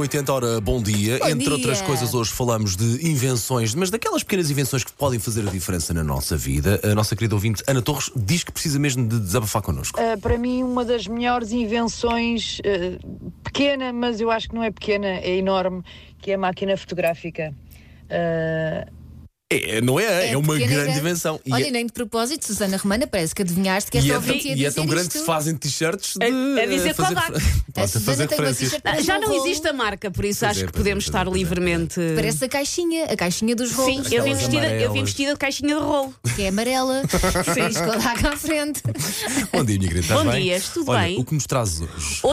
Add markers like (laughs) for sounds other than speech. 80 hora, bom dia. Bom Entre dia. outras coisas, hoje falamos de invenções, mas daquelas pequenas invenções que podem fazer a diferença na nossa vida. A nossa querida ouvinte Ana Torres diz que precisa mesmo de desabafar connosco. Uh, para mim, uma das melhores invenções, uh, pequena, mas eu acho que não é pequena, é enorme, que é a máquina fotográfica. Uh, É, não é? É, uma pequena e grande, invenção. E Olha, é- nem de propósito, Susana Romana, parece que adivinhaste que e esta é, tão, ouvinte ia e é dizer tão grande isto. que se fazem t-shirts de. A- a dizer eh, fazer, Kodak. (laughs) Pronto, A a Susana fazer tem uma referências. t-shirt parece Ah, Já um não rolo. existe a marca, por isso Pois acho é, que pois é, podemos pois é, estar pois é. livremente. Parece a caixinha, a caixinha dos Sim, rolos. eu vim, Aquelas vestida, eu vim amarelas. vestida de caixinha de rolo. Que é (laughs) amarela, Sim. com a daga à frente. Bom dia, minha querida. estás Bom bem? dia, tudo Olha, bem? O que nos traz hoje?